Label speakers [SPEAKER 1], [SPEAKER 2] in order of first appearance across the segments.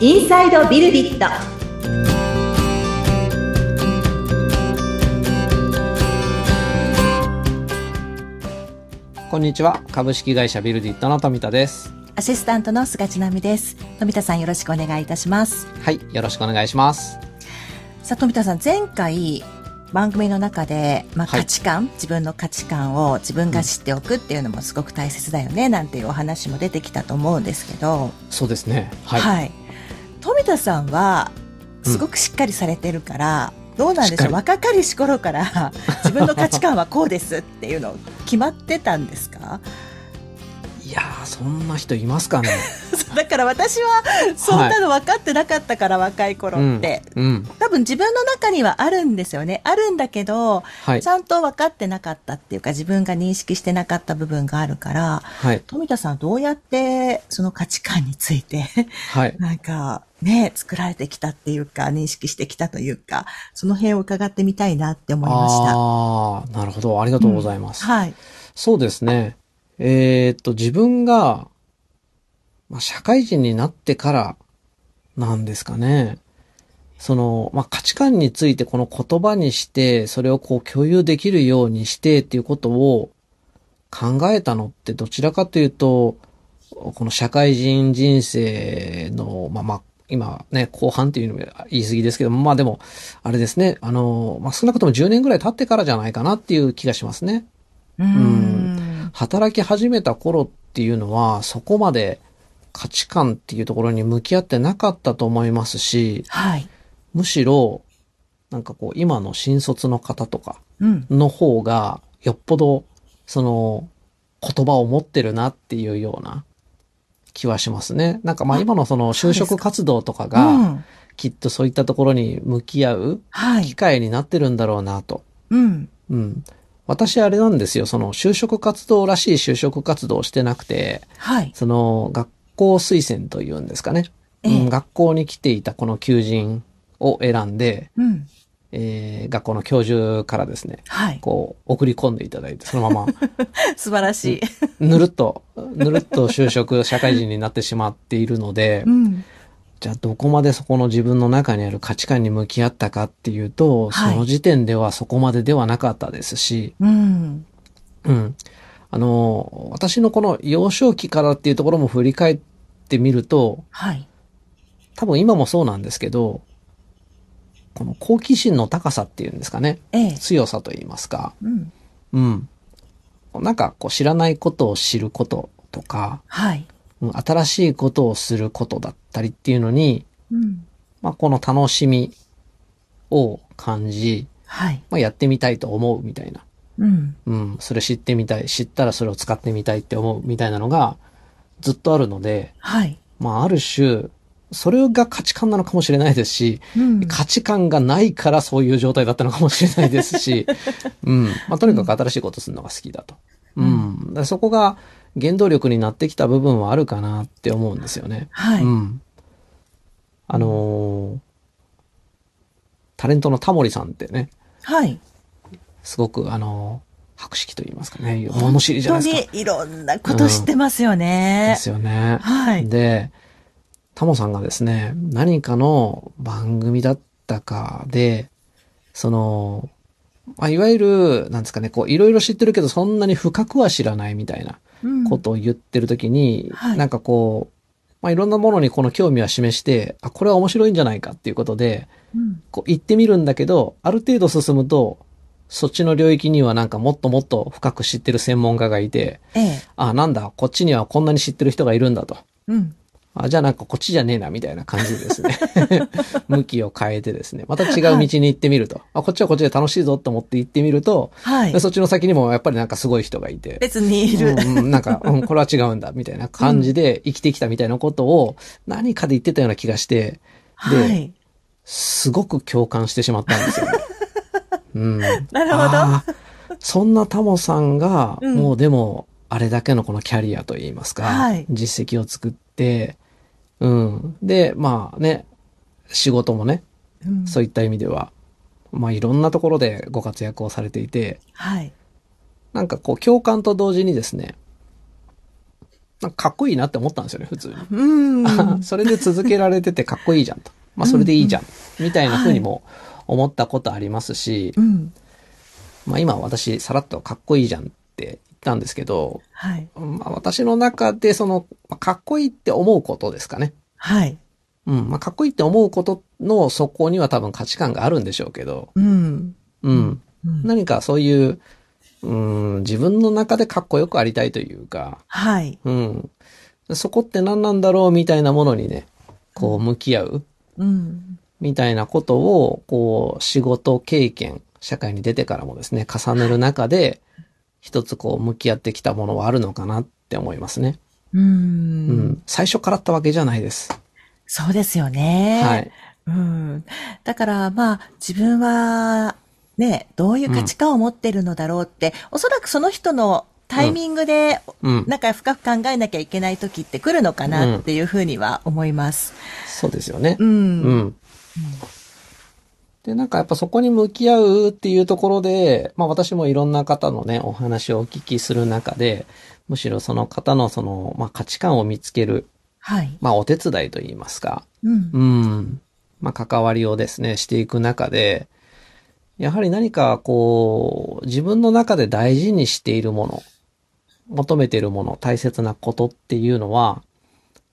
[SPEAKER 1] インサイドビルディット
[SPEAKER 2] こんにちは株式会社ビルディットの富田です
[SPEAKER 1] アシスタントの菅千奈美です富田さんよろしくお願いいたします
[SPEAKER 2] はいよろしくお願いします
[SPEAKER 1] さあ富田さん前回番組の中で、まあ、
[SPEAKER 2] はい
[SPEAKER 1] 価値観、自分の価値観を自分が知っておくっていうのもすごく大切だよね、なんていうお話も出てきたと思うんですけど、
[SPEAKER 2] そうですねは、
[SPEAKER 1] はいい、富田さんは
[SPEAKER 2] うん
[SPEAKER 1] すごくしっかりされてるから、どうなんで
[SPEAKER 2] し
[SPEAKER 1] し
[SPEAKER 2] っか
[SPEAKER 1] ょう
[SPEAKER 2] り
[SPEAKER 1] 若かりし頃から自分の価値観はこうですっていうの決まってたんですか
[SPEAKER 2] い、やーそんな人いますかね
[SPEAKER 1] だから私はそんなの分かってなかったから、若い頃って、
[SPEAKER 2] うん
[SPEAKER 1] 多分自分の中にはあるんですよねあるんだけど
[SPEAKER 2] はい
[SPEAKER 1] ちゃんと分かってなかったっていうか自分が認識してなかった部分があるから
[SPEAKER 2] はい
[SPEAKER 1] 富田さんどうやってその価値観について
[SPEAKER 2] はい
[SPEAKER 1] なんかね作られてきたっていうか認識してきたというかその辺を伺ってみたいなって思いました。
[SPEAKER 2] ああなるほどありがとうございます、
[SPEAKER 1] はい。
[SPEAKER 2] そうですねえー、っと自分が、まあ、社会人になってからなんですかねその、まあ、価値観についてこの言葉にして、それをこう共有できるようにしてっていうことを考えたのってどちらかというと、この社会人人生の、まあまあ、今ね、後半っていうのも言い過ぎですけども、まあでも、あれですね、あの、まあ少なくとも10年ぐらい経ってからじゃないかなっていう気がしますね。
[SPEAKER 1] うーん。
[SPEAKER 2] 働き始めた頃っていうのは、そこまで価値観っていうところに向き合ってなかったと思いますし、
[SPEAKER 1] はい。
[SPEAKER 2] むしろ、なんかこう、今の新卒の方とか
[SPEAKER 1] うん。
[SPEAKER 2] の方が、よっぽど、その、言葉を持ってるなっていうような気はしますね。なんかまあ今のその
[SPEAKER 1] そう
[SPEAKER 2] 就
[SPEAKER 1] ですか
[SPEAKER 2] 職活動とか
[SPEAKER 1] う
[SPEAKER 2] が、
[SPEAKER 1] ん、
[SPEAKER 2] きっとそういったところに向き合う
[SPEAKER 1] は
[SPEAKER 2] 機
[SPEAKER 1] い。
[SPEAKER 2] 会になってるんだろうなと。
[SPEAKER 1] うん。
[SPEAKER 2] うん。私あれなんですよ、その就職活動らしい就職活動をしてなくて、
[SPEAKER 1] はい。
[SPEAKER 2] その学校推薦というんですかね。
[SPEAKER 1] ええ
[SPEAKER 2] うん、学校に来ていたこの求人を選んで、
[SPEAKER 1] うん。
[SPEAKER 2] えー学校の教授からですね、
[SPEAKER 1] はい。
[SPEAKER 2] こう送り込んでいただいて、その まま
[SPEAKER 1] 素晴らしい。
[SPEAKER 2] ぬるっと、ぬるっと就職、社会人になってしまっているので、
[SPEAKER 1] うん。
[SPEAKER 2] じゃあどこまでそこの自分の中にある価値観に向き合ったかっていうと、
[SPEAKER 1] はい
[SPEAKER 2] その時点ではそこまでではなかったですし、
[SPEAKER 1] うん。
[SPEAKER 2] うん。あの、私のこの幼少期からっていうところも振り返ってみると、
[SPEAKER 1] はい。
[SPEAKER 2] 多分今もそうなんですけど、この好奇心の高さっていうんですかね。
[SPEAKER 1] ええ。
[SPEAKER 2] 強さと言いますか。
[SPEAKER 1] うん。
[SPEAKER 2] うん。なんかこう知らないことを知ることとか、
[SPEAKER 1] はい。
[SPEAKER 2] うん新しいことをすることだったりっていうのに、
[SPEAKER 1] うん。
[SPEAKER 2] まあこの楽しみを感じ、
[SPEAKER 1] はい。
[SPEAKER 2] まあやってみたいと思うみたいな。
[SPEAKER 1] うん。
[SPEAKER 2] うん、それ知ってみたい。知ったらそれを使ってみたいって思うみたいなのがずっとあるので、
[SPEAKER 1] はい。
[SPEAKER 2] まあある種、それが価値観なのかもしれないですし、
[SPEAKER 1] うん。
[SPEAKER 2] 価値観がないからそういう状態だったのかもしれないです し、うん。まあ、とにかく新しいことするのが好きだと。うん。だからそこが原動力になってきた部分はあるかなって思うんですよね。
[SPEAKER 1] はい。
[SPEAKER 2] うん。あのータレントのタモリさんってね、
[SPEAKER 1] はい。
[SPEAKER 2] すごくあのー博識と言いますかね、物知りじゃないですか。
[SPEAKER 1] 本当にいろんなこと知ってますよね
[SPEAKER 2] で。すよね。
[SPEAKER 1] はい
[SPEAKER 2] で、タモさんがですね、何かの番組だったかで、その、まあ、いわゆる、なんですかね、こう、いろいろ知ってるけど、そんなに深くは知らないみたいな
[SPEAKER 1] うん
[SPEAKER 2] ことを言ってるときに、
[SPEAKER 1] はい
[SPEAKER 2] なんかこう、まあ、いろんなものにこの興味は示して、あ、これは面白いんじゃないかっていうことで、
[SPEAKER 1] うん
[SPEAKER 2] こう、行ってみるんだけど、ある程度進むと、そっちの領域にはなんかもっともっと深く知ってる専門家がいて、
[SPEAKER 1] ええ。
[SPEAKER 2] あ、なんだ、こっちにはこんなに知ってる人がいるんだと。
[SPEAKER 1] うん。
[SPEAKER 2] あじゃあなんかこっちじゃねえな、みたいな感じでで すね。向きを変えてですね。また違う道に行ってみると。あ、こっちはこっちで楽しいぞと思って行ってみると、
[SPEAKER 1] はい
[SPEAKER 2] で。そっちの先にもやっぱりなんかすごい人がいて。
[SPEAKER 1] 別にいる。
[SPEAKER 2] うんうんなんか、うん、これは違うんだ、みたいな感じで生きてきたみたいなことを何かで言ってたような気がして、
[SPEAKER 1] はい。
[SPEAKER 2] すごく共感してしまったん ですよね。うん。
[SPEAKER 1] なるほど
[SPEAKER 2] あー。そんなタモさんが、
[SPEAKER 1] うん
[SPEAKER 2] もうでも、あれだけのこのキャリアといいますか、
[SPEAKER 1] はい
[SPEAKER 2] 実績を作って、うん。で、まあね、仕事もね、
[SPEAKER 1] うん
[SPEAKER 2] そういった意味では、まあいろんなところでご活躍をされていて、
[SPEAKER 1] はい。
[SPEAKER 2] なんかこう共感と同時にですね、なんかかっこいいなって思ったんですよね、普通に。
[SPEAKER 1] うん。
[SPEAKER 2] それで続けられててかっこいいじゃんと。まあそれでいいじゃん。みたいな風にも思ったことありますし、
[SPEAKER 1] うん。
[SPEAKER 2] まあ今私さらっとかっこいいじゃんって言ったんですけど、
[SPEAKER 1] はい。
[SPEAKER 2] まあ私の中でその、まあかっこいいって思うことですかね。
[SPEAKER 1] はい。
[SPEAKER 2] うん。まあかっこいいって思うことの底には多分価値観があるんでしょうけど、
[SPEAKER 1] うん。
[SPEAKER 2] うん。
[SPEAKER 1] うん
[SPEAKER 2] 何かそういう、うん、自分の中でかっこよくありたいというか、
[SPEAKER 1] はい。
[SPEAKER 2] うん。そこって何なんだろうみたいなものにね、こう向き合う
[SPEAKER 1] うん。
[SPEAKER 2] みたいなことを、こう、仕事経験、社会に出てからもですね、重ねる中で、一つこう、向き合ってきたものはあるのかなって思いますね。
[SPEAKER 1] う。
[SPEAKER 2] うんん。最初からったわけじゃないです。
[SPEAKER 1] そうですよね。
[SPEAKER 2] はい。
[SPEAKER 1] うん。だから、まあ、自分は、ね、どういう価値観を持ってるのだろうって、おそらくその人のタイミングで、
[SPEAKER 2] うん。
[SPEAKER 1] なんか深く考えなきゃいけない時って来るのかなっていうふうには思います。
[SPEAKER 2] そうですよね。
[SPEAKER 1] うん。
[SPEAKER 2] う。ん。で、なんかやっぱそこに向き合うっていうところで、まあ私もいろんな方のね、お話をお聞きする中で、むしろその方のその、まあ価値観を見つける、
[SPEAKER 1] はい。
[SPEAKER 2] まあお手伝いといいますか、
[SPEAKER 1] うん。
[SPEAKER 2] うん。まあ、関わりをですね、していく中で、やはり何かこう、自分の中で大事にしているもの、求めているもの、大切なことっていうのは、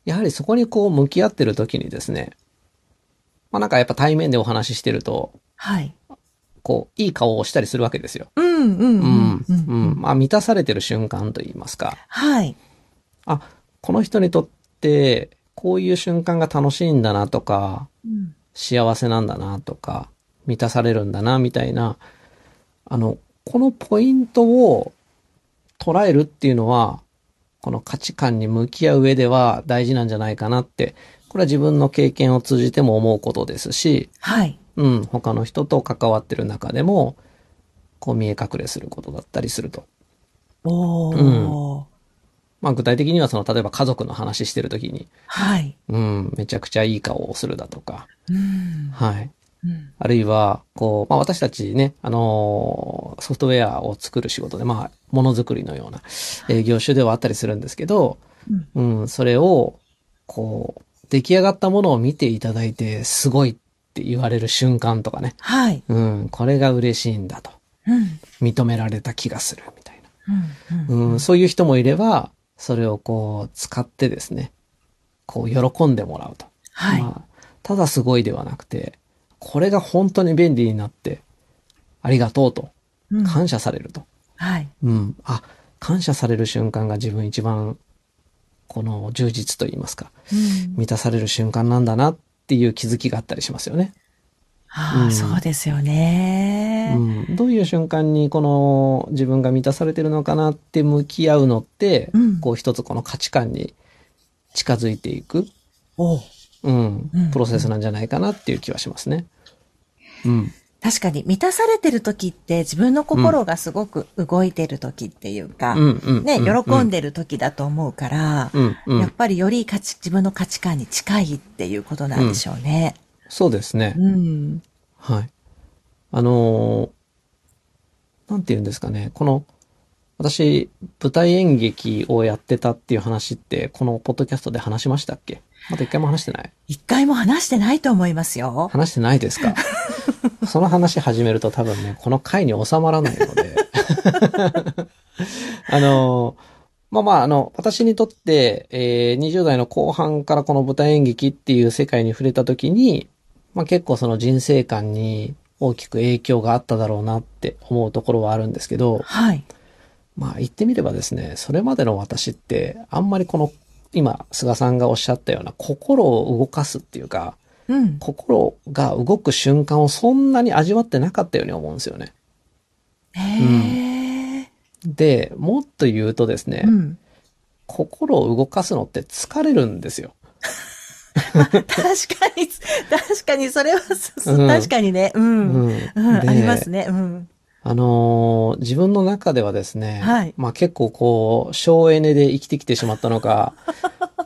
[SPEAKER 2] やはりそこにこう向き合ってる時にですね、まあなんかやっぱ対面でお話ししてると、
[SPEAKER 1] はい。
[SPEAKER 2] こう、いい顔をしたりするわけですよ。
[SPEAKER 1] うん、うん、う
[SPEAKER 2] う
[SPEAKER 1] ん
[SPEAKER 2] ん。。
[SPEAKER 1] う
[SPEAKER 2] うんん。まあ満たされてる瞬間といいますか、
[SPEAKER 1] はい。
[SPEAKER 2] あ、この人にとって、こういう瞬間が楽しいんだなとか、
[SPEAKER 1] うん。
[SPEAKER 2] 幸せなんだなとか、満たされるんだなみたいな、あの、このポイントを捉えるっていうのは、この価値観に向き合う上では大事なんじゃないかなって、これは自分の経験を通じても思うことですし、
[SPEAKER 1] はい。
[SPEAKER 2] うん、他の人と関わってる中でも、こう見え隠れすることだったりすると。
[SPEAKER 1] おー。
[SPEAKER 2] まあ具体的にはその、例えば家族の話してるときに、
[SPEAKER 1] はい。
[SPEAKER 2] うん、めちゃくちゃいい顔をするだとか、
[SPEAKER 1] うん。
[SPEAKER 2] は
[SPEAKER 1] う
[SPEAKER 2] い。
[SPEAKER 1] ん
[SPEAKER 2] あるいは、こう、まあ私たちね、あのーソフトウェアを作る仕事で、まあ、ものづくりのような、えー業種ではあったりするんですけど、
[SPEAKER 1] うん
[SPEAKER 2] うん、それを、こう、出来上がったものを見ていただいて、すごいって言われる瞬間とかね、
[SPEAKER 1] はい。
[SPEAKER 2] うん、これが嬉しいんだと、
[SPEAKER 1] うん。
[SPEAKER 2] 認められた気がするみたいな。
[SPEAKER 1] うん。うん。
[SPEAKER 2] うん、そういう人もいれば、それをこう、使ってですね、こう、喜んでもらうと。
[SPEAKER 1] はい。
[SPEAKER 2] まあ、ただすごいではなくて、これが本当に便利になって、ありがとうと、
[SPEAKER 1] うん
[SPEAKER 2] 感謝されると。
[SPEAKER 1] はい。
[SPEAKER 2] うん、あ、感謝される瞬間が自分一番、この充実と言いますか、
[SPEAKER 1] うん
[SPEAKER 2] 満たされる瞬間なんだなっていう気づきがあったりしますよね。
[SPEAKER 1] あ
[SPEAKER 2] う
[SPEAKER 1] あ、
[SPEAKER 2] ん
[SPEAKER 1] そうですよ
[SPEAKER 2] う
[SPEAKER 1] ね。
[SPEAKER 2] ん、どういう瞬間にこの自分が満たされてるのかなって向き合うのって、
[SPEAKER 1] うん
[SPEAKER 2] こう一つこの価値観に近づいていく、
[SPEAKER 1] お
[SPEAKER 2] うん
[SPEAKER 1] うん、
[SPEAKER 2] プロセスなんじゃないかなっていう気はしますね。うん。
[SPEAKER 1] 確かに満たされてる時って自分の心がすごく動いてる時っていうか、ね、喜ん
[SPEAKER 2] で、
[SPEAKER 1] でる時だと思うから、
[SPEAKER 2] うんうん
[SPEAKER 1] やっぱりより価値、自分の価値観に近いっていうことなんでしょうね。
[SPEAKER 2] そうですね。
[SPEAKER 1] うん。
[SPEAKER 2] はい。あのーなんて言うんですかね。この、私、舞台演劇をやってたっていう話って、このポッドキャストで話しましたっけまだ一回も話してない
[SPEAKER 1] 一回も話してないと思いますよ。
[SPEAKER 2] 話してないですかその話始めると多分ね、この回に収まらないので。 あのー、まあまあ、あの、私にとって、えー20代の後半からこの舞台演劇っていう世界に触れた時に、まあ結構その人生観に大きく影響があっただろうなって思うところはあるんですけど、
[SPEAKER 1] はい。
[SPEAKER 2] まあ言ってみればですね、それまでの私って、あんまりこの、今、菅さんがおっしゃったような心を動かすっていうか、
[SPEAKER 1] うん。
[SPEAKER 2] 心が動く瞬間をそんなに味わってなかったように思うんですよね。
[SPEAKER 1] へえ。
[SPEAKER 2] で、もっと言うとですね、
[SPEAKER 1] うん。
[SPEAKER 2] 心を動かすのって疲れるんですよ。
[SPEAKER 1] 確かに、確かに、それは、そ
[SPEAKER 2] うん
[SPEAKER 1] 確かにね。う。
[SPEAKER 2] うん
[SPEAKER 1] うん。
[SPEAKER 2] で
[SPEAKER 1] ありますね。うん。
[SPEAKER 2] あのー自分の中ではですね、
[SPEAKER 1] はい
[SPEAKER 2] まあ結構こう、省エネで生きてきてしまった のか、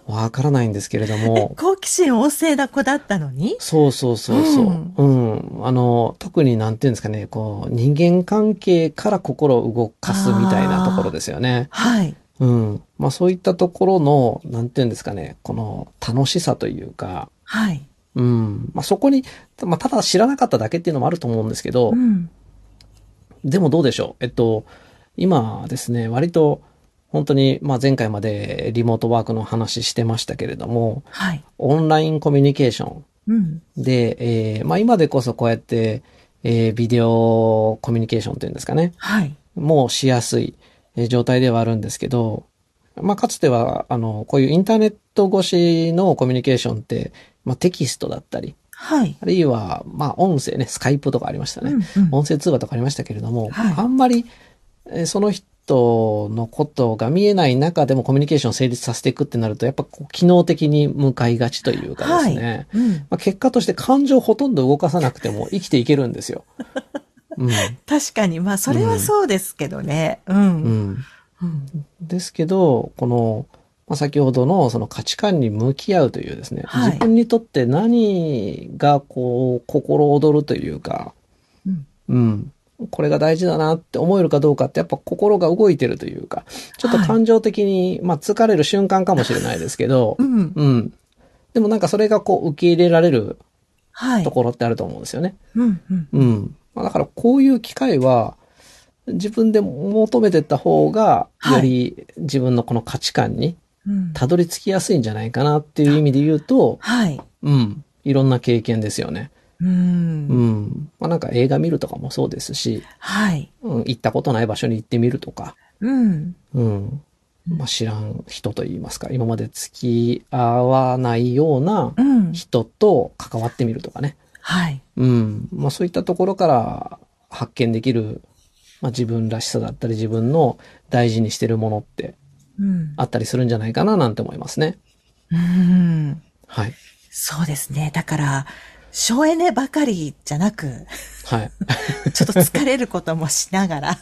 [SPEAKER 2] わからないんですけれども、
[SPEAKER 1] 好奇心旺盛な子だったのに
[SPEAKER 2] そうそうそうそう。
[SPEAKER 1] う
[SPEAKER 2] うん、あの、特になんていうんですかね、こう、人間関係から心を動かすみたいなところですよね。
[SPEAKER 1] はい。
[SPEAKER 2] うん。まあそういったところの、なんていうんですかね、この楽しさというか、
[SPEAKER 1] はい。
[SPEAKER 2] うん。まあそこに、まあただ知らなかっただけっていうのもあると思うんですけど、
[SPEAKER 1] うん。
[SPEAKER 2] でもどうでしょうえっと、今ですね、割と、本当に、まあ前回までリモートワークの話してましたけれども、
[SPEAKER 1] はい。
[SPEAKER 2] オンラインコミュニケーション
[SPEAKER 1] うん。
[SPEAKER 2] で、えーまあ今でこそこうやって、えービデオコミュニケーションというんですかね。
[SPEAKER 1] はい。
[SPEAKER 2] もうしやすいえー状態ではあるんですけど、まあ、かつては、あの、こういうインターネット越しのコミュニケーションって、まあ、テキストだったり、
[SPEAKER 1] はい。
[SPEAKER 2] あるいは、まあ、音声ね、スカイプとかありましたね。
[SPEAKER 1] うんうん
[SPEAKER 2] 音声通話とかありましたけれども、
[SPEAKER 1] はい
[SPEAKER 2] あんまり、えーその人のことが見えない中でもコミュニケーションを成立させていくってなると、やっぱこう機能的に向かいがちというかですね。
[SPEAKER 1] はい。うん。
[SPEAKER 2] まあ、結果として感情をほとんど動かさなくても生きていけるん ですよ。うん。
[SPEAKER 1] 確かに、まあ、それはそうですけどね。うん。
[SPEAKER 2] う
[SPEAKER 1] うん。
[SPEAKER 2] ん。ですけど、この、まあ、先ほどのその価値観に向き合うというですね、
[SPEAKER 1] はい
[SPEAKER 2] 自分にとって何がこう、心躍るというか、
[SPEAKER 1] うん
[SPEAKER 2] うん、これが大事だなって思えるかどうかって、やっぱ心が動いてるというか、ちょっと
[SPEAKER 1] はい
[SPEAKER 2] 感情的に、まあ疲れる瞬間かもしれないですけど、
[SPEAKER 1] うん。
[SPEAKER 2] うん。でもなんかそれがこう受け入れられる
[SPEAKER 1] はい
[SPEAKER 2] と。ころってあると思うんですよね。
[SPEAKER 1] うん。うん。
[SPEAKER 2] うん。まあだからこういう機会は、自分で求めてった方が、
[SPEAKER 1] はい
[SPEAKER 2] より自分のこの価値観に
[SPEAKER 1] うん。
[SPEAKER 2] たどり着きやすいんじゃないかなっていう意味で言うと、
[SPEAKER 1] はい。
[SPEAKER 2] うん。いろんな経験ですよね。
[SPEAKER 1] う。
[SPEAKER 2] うんん。まあなんか映画見るとかもそうですし、
[SPEAKER 1] はい。
[SPEAKER 2] うん、行ったことない場所に行ってみるとか、
[SPEAKER 1] うん。
[SPEAKER 2] うん。まあ知らん人と言いますか、今まで付き合わないような
[SPEAKER 1] うん。
[SPEAKER 2] 人と関わってみるとかね。
[SPEAKER 1] はい。
[SPEAKER 2] うん。まあそういったところから発見できる、まあ自分らしさだったり自分の大事にしてるものって
[SPEAKER 1] うん。
[SPEAKER 2] あったりするんじゃないかななんて思いますね。
[SPEAKER 1] うん。
[SPEAKER 2] はい。
[SPEAKER 1] そうですね。だから、省エネばかりじゃなく、
[SPEAKER 2] はい。
[SPEAKER 1] ちょっと疲れることもしなが ら。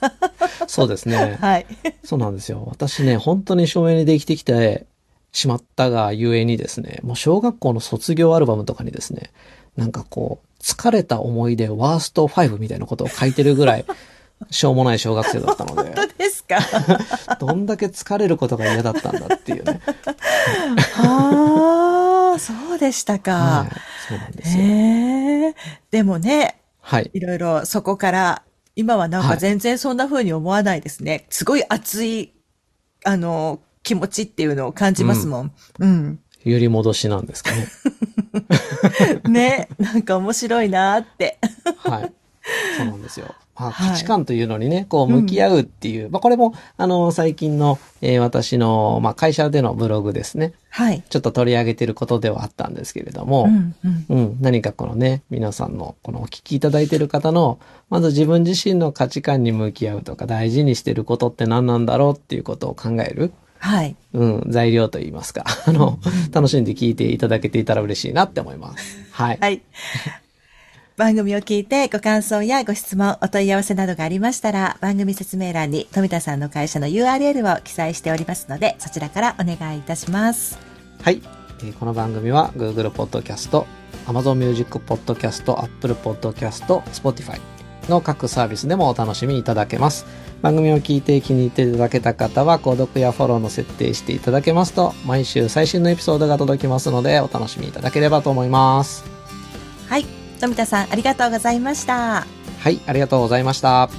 [SPEAKER 2] そうですね。
[SPEAKER 1] はい。
[SPEAKER 2] そうなんですよ。私ね、本当に省エネで生きてきてしまったがゆえにですね、もう小学校の卒業アルバムとかにですね、なんかこう、疲れた思い出ワースト5みたいなことを書いてるぐ らい、しょうもない小学生だったので、
[SPEAKER 1] 本当です か
[SPEAKER 2] どんだけ疲れることが嫌だったんだっていう ね。
[SPEAKER 1] ああ、そうでした
[SPEAKER 2] は
[SPEAKER 1] か。
[SPEAKER 2] い。そうなんですよ。
[SPEAKER 1] へえ。でもね、
[SPEAKER 2] はい。
[SPEAKER 1] いろいろそこから、今はなん
[SPEAKER 2] は
[SPEAKER 1] か
[SPEAKER 2] い
[SPEAKER 1] 全然そんな風に思わないですね。すごい熱い、あの、気持ちっていうのを感じますもん。うん。
[SPEAKER 2] 揺り戻しなんですかね。
[SPEAKER 1] ね、なん か面白いなーって。
[SPEAKER 2] はい。そうなんですよ。まあ、
[SPEAKER 1] はい
[SPEAKER 2] 価値観というのにね、こう、向き合うっていう。まあ、これも、あの、最近の、えー私の、まあ、会社でのブログですね。
[SPEAKER 1] はい。
[SPEAKER 2] ちょっと取り上げてることではあったんですけれども、
[SPEAKER 1] うん、うん。
[SPEAKER 2] うん、何かこのね、皆さんの、このお聞きいただいてる方の、まず自分自身の価値観に向き合うとか、大事にしてることって何なんだろうっていうことを考える、
[SPEAKER 1] はい。
[SPEAKER 2] うん、材料といいますか、あの、楽しんで聞いていただけていたら嬉しいなって思います。はい。
[SPEAKER 1] はい。番組を聞いてご感想やご質問、お問い合わせなどがありましたら、番組説明欄に富田さんの会社の URL を記載しておりますので、そちらからお願いいたします。
[SPEAKER 2] はい、えーこの番組は Google Podcast、Amazon Music Podcast、Apple Podcast、Spotify の各サービスでもお楽しみいただけます。番組を聞いて気に入っていただけた方は、購読やフォローの設定していただけますと、毎週最新のエピソードが届きますので、お楽しみいただければと思います。
[SPEAKER 1] はい。富田さん、ありがとうございました。
[SPEAKER 2] はい、ありがとうございました。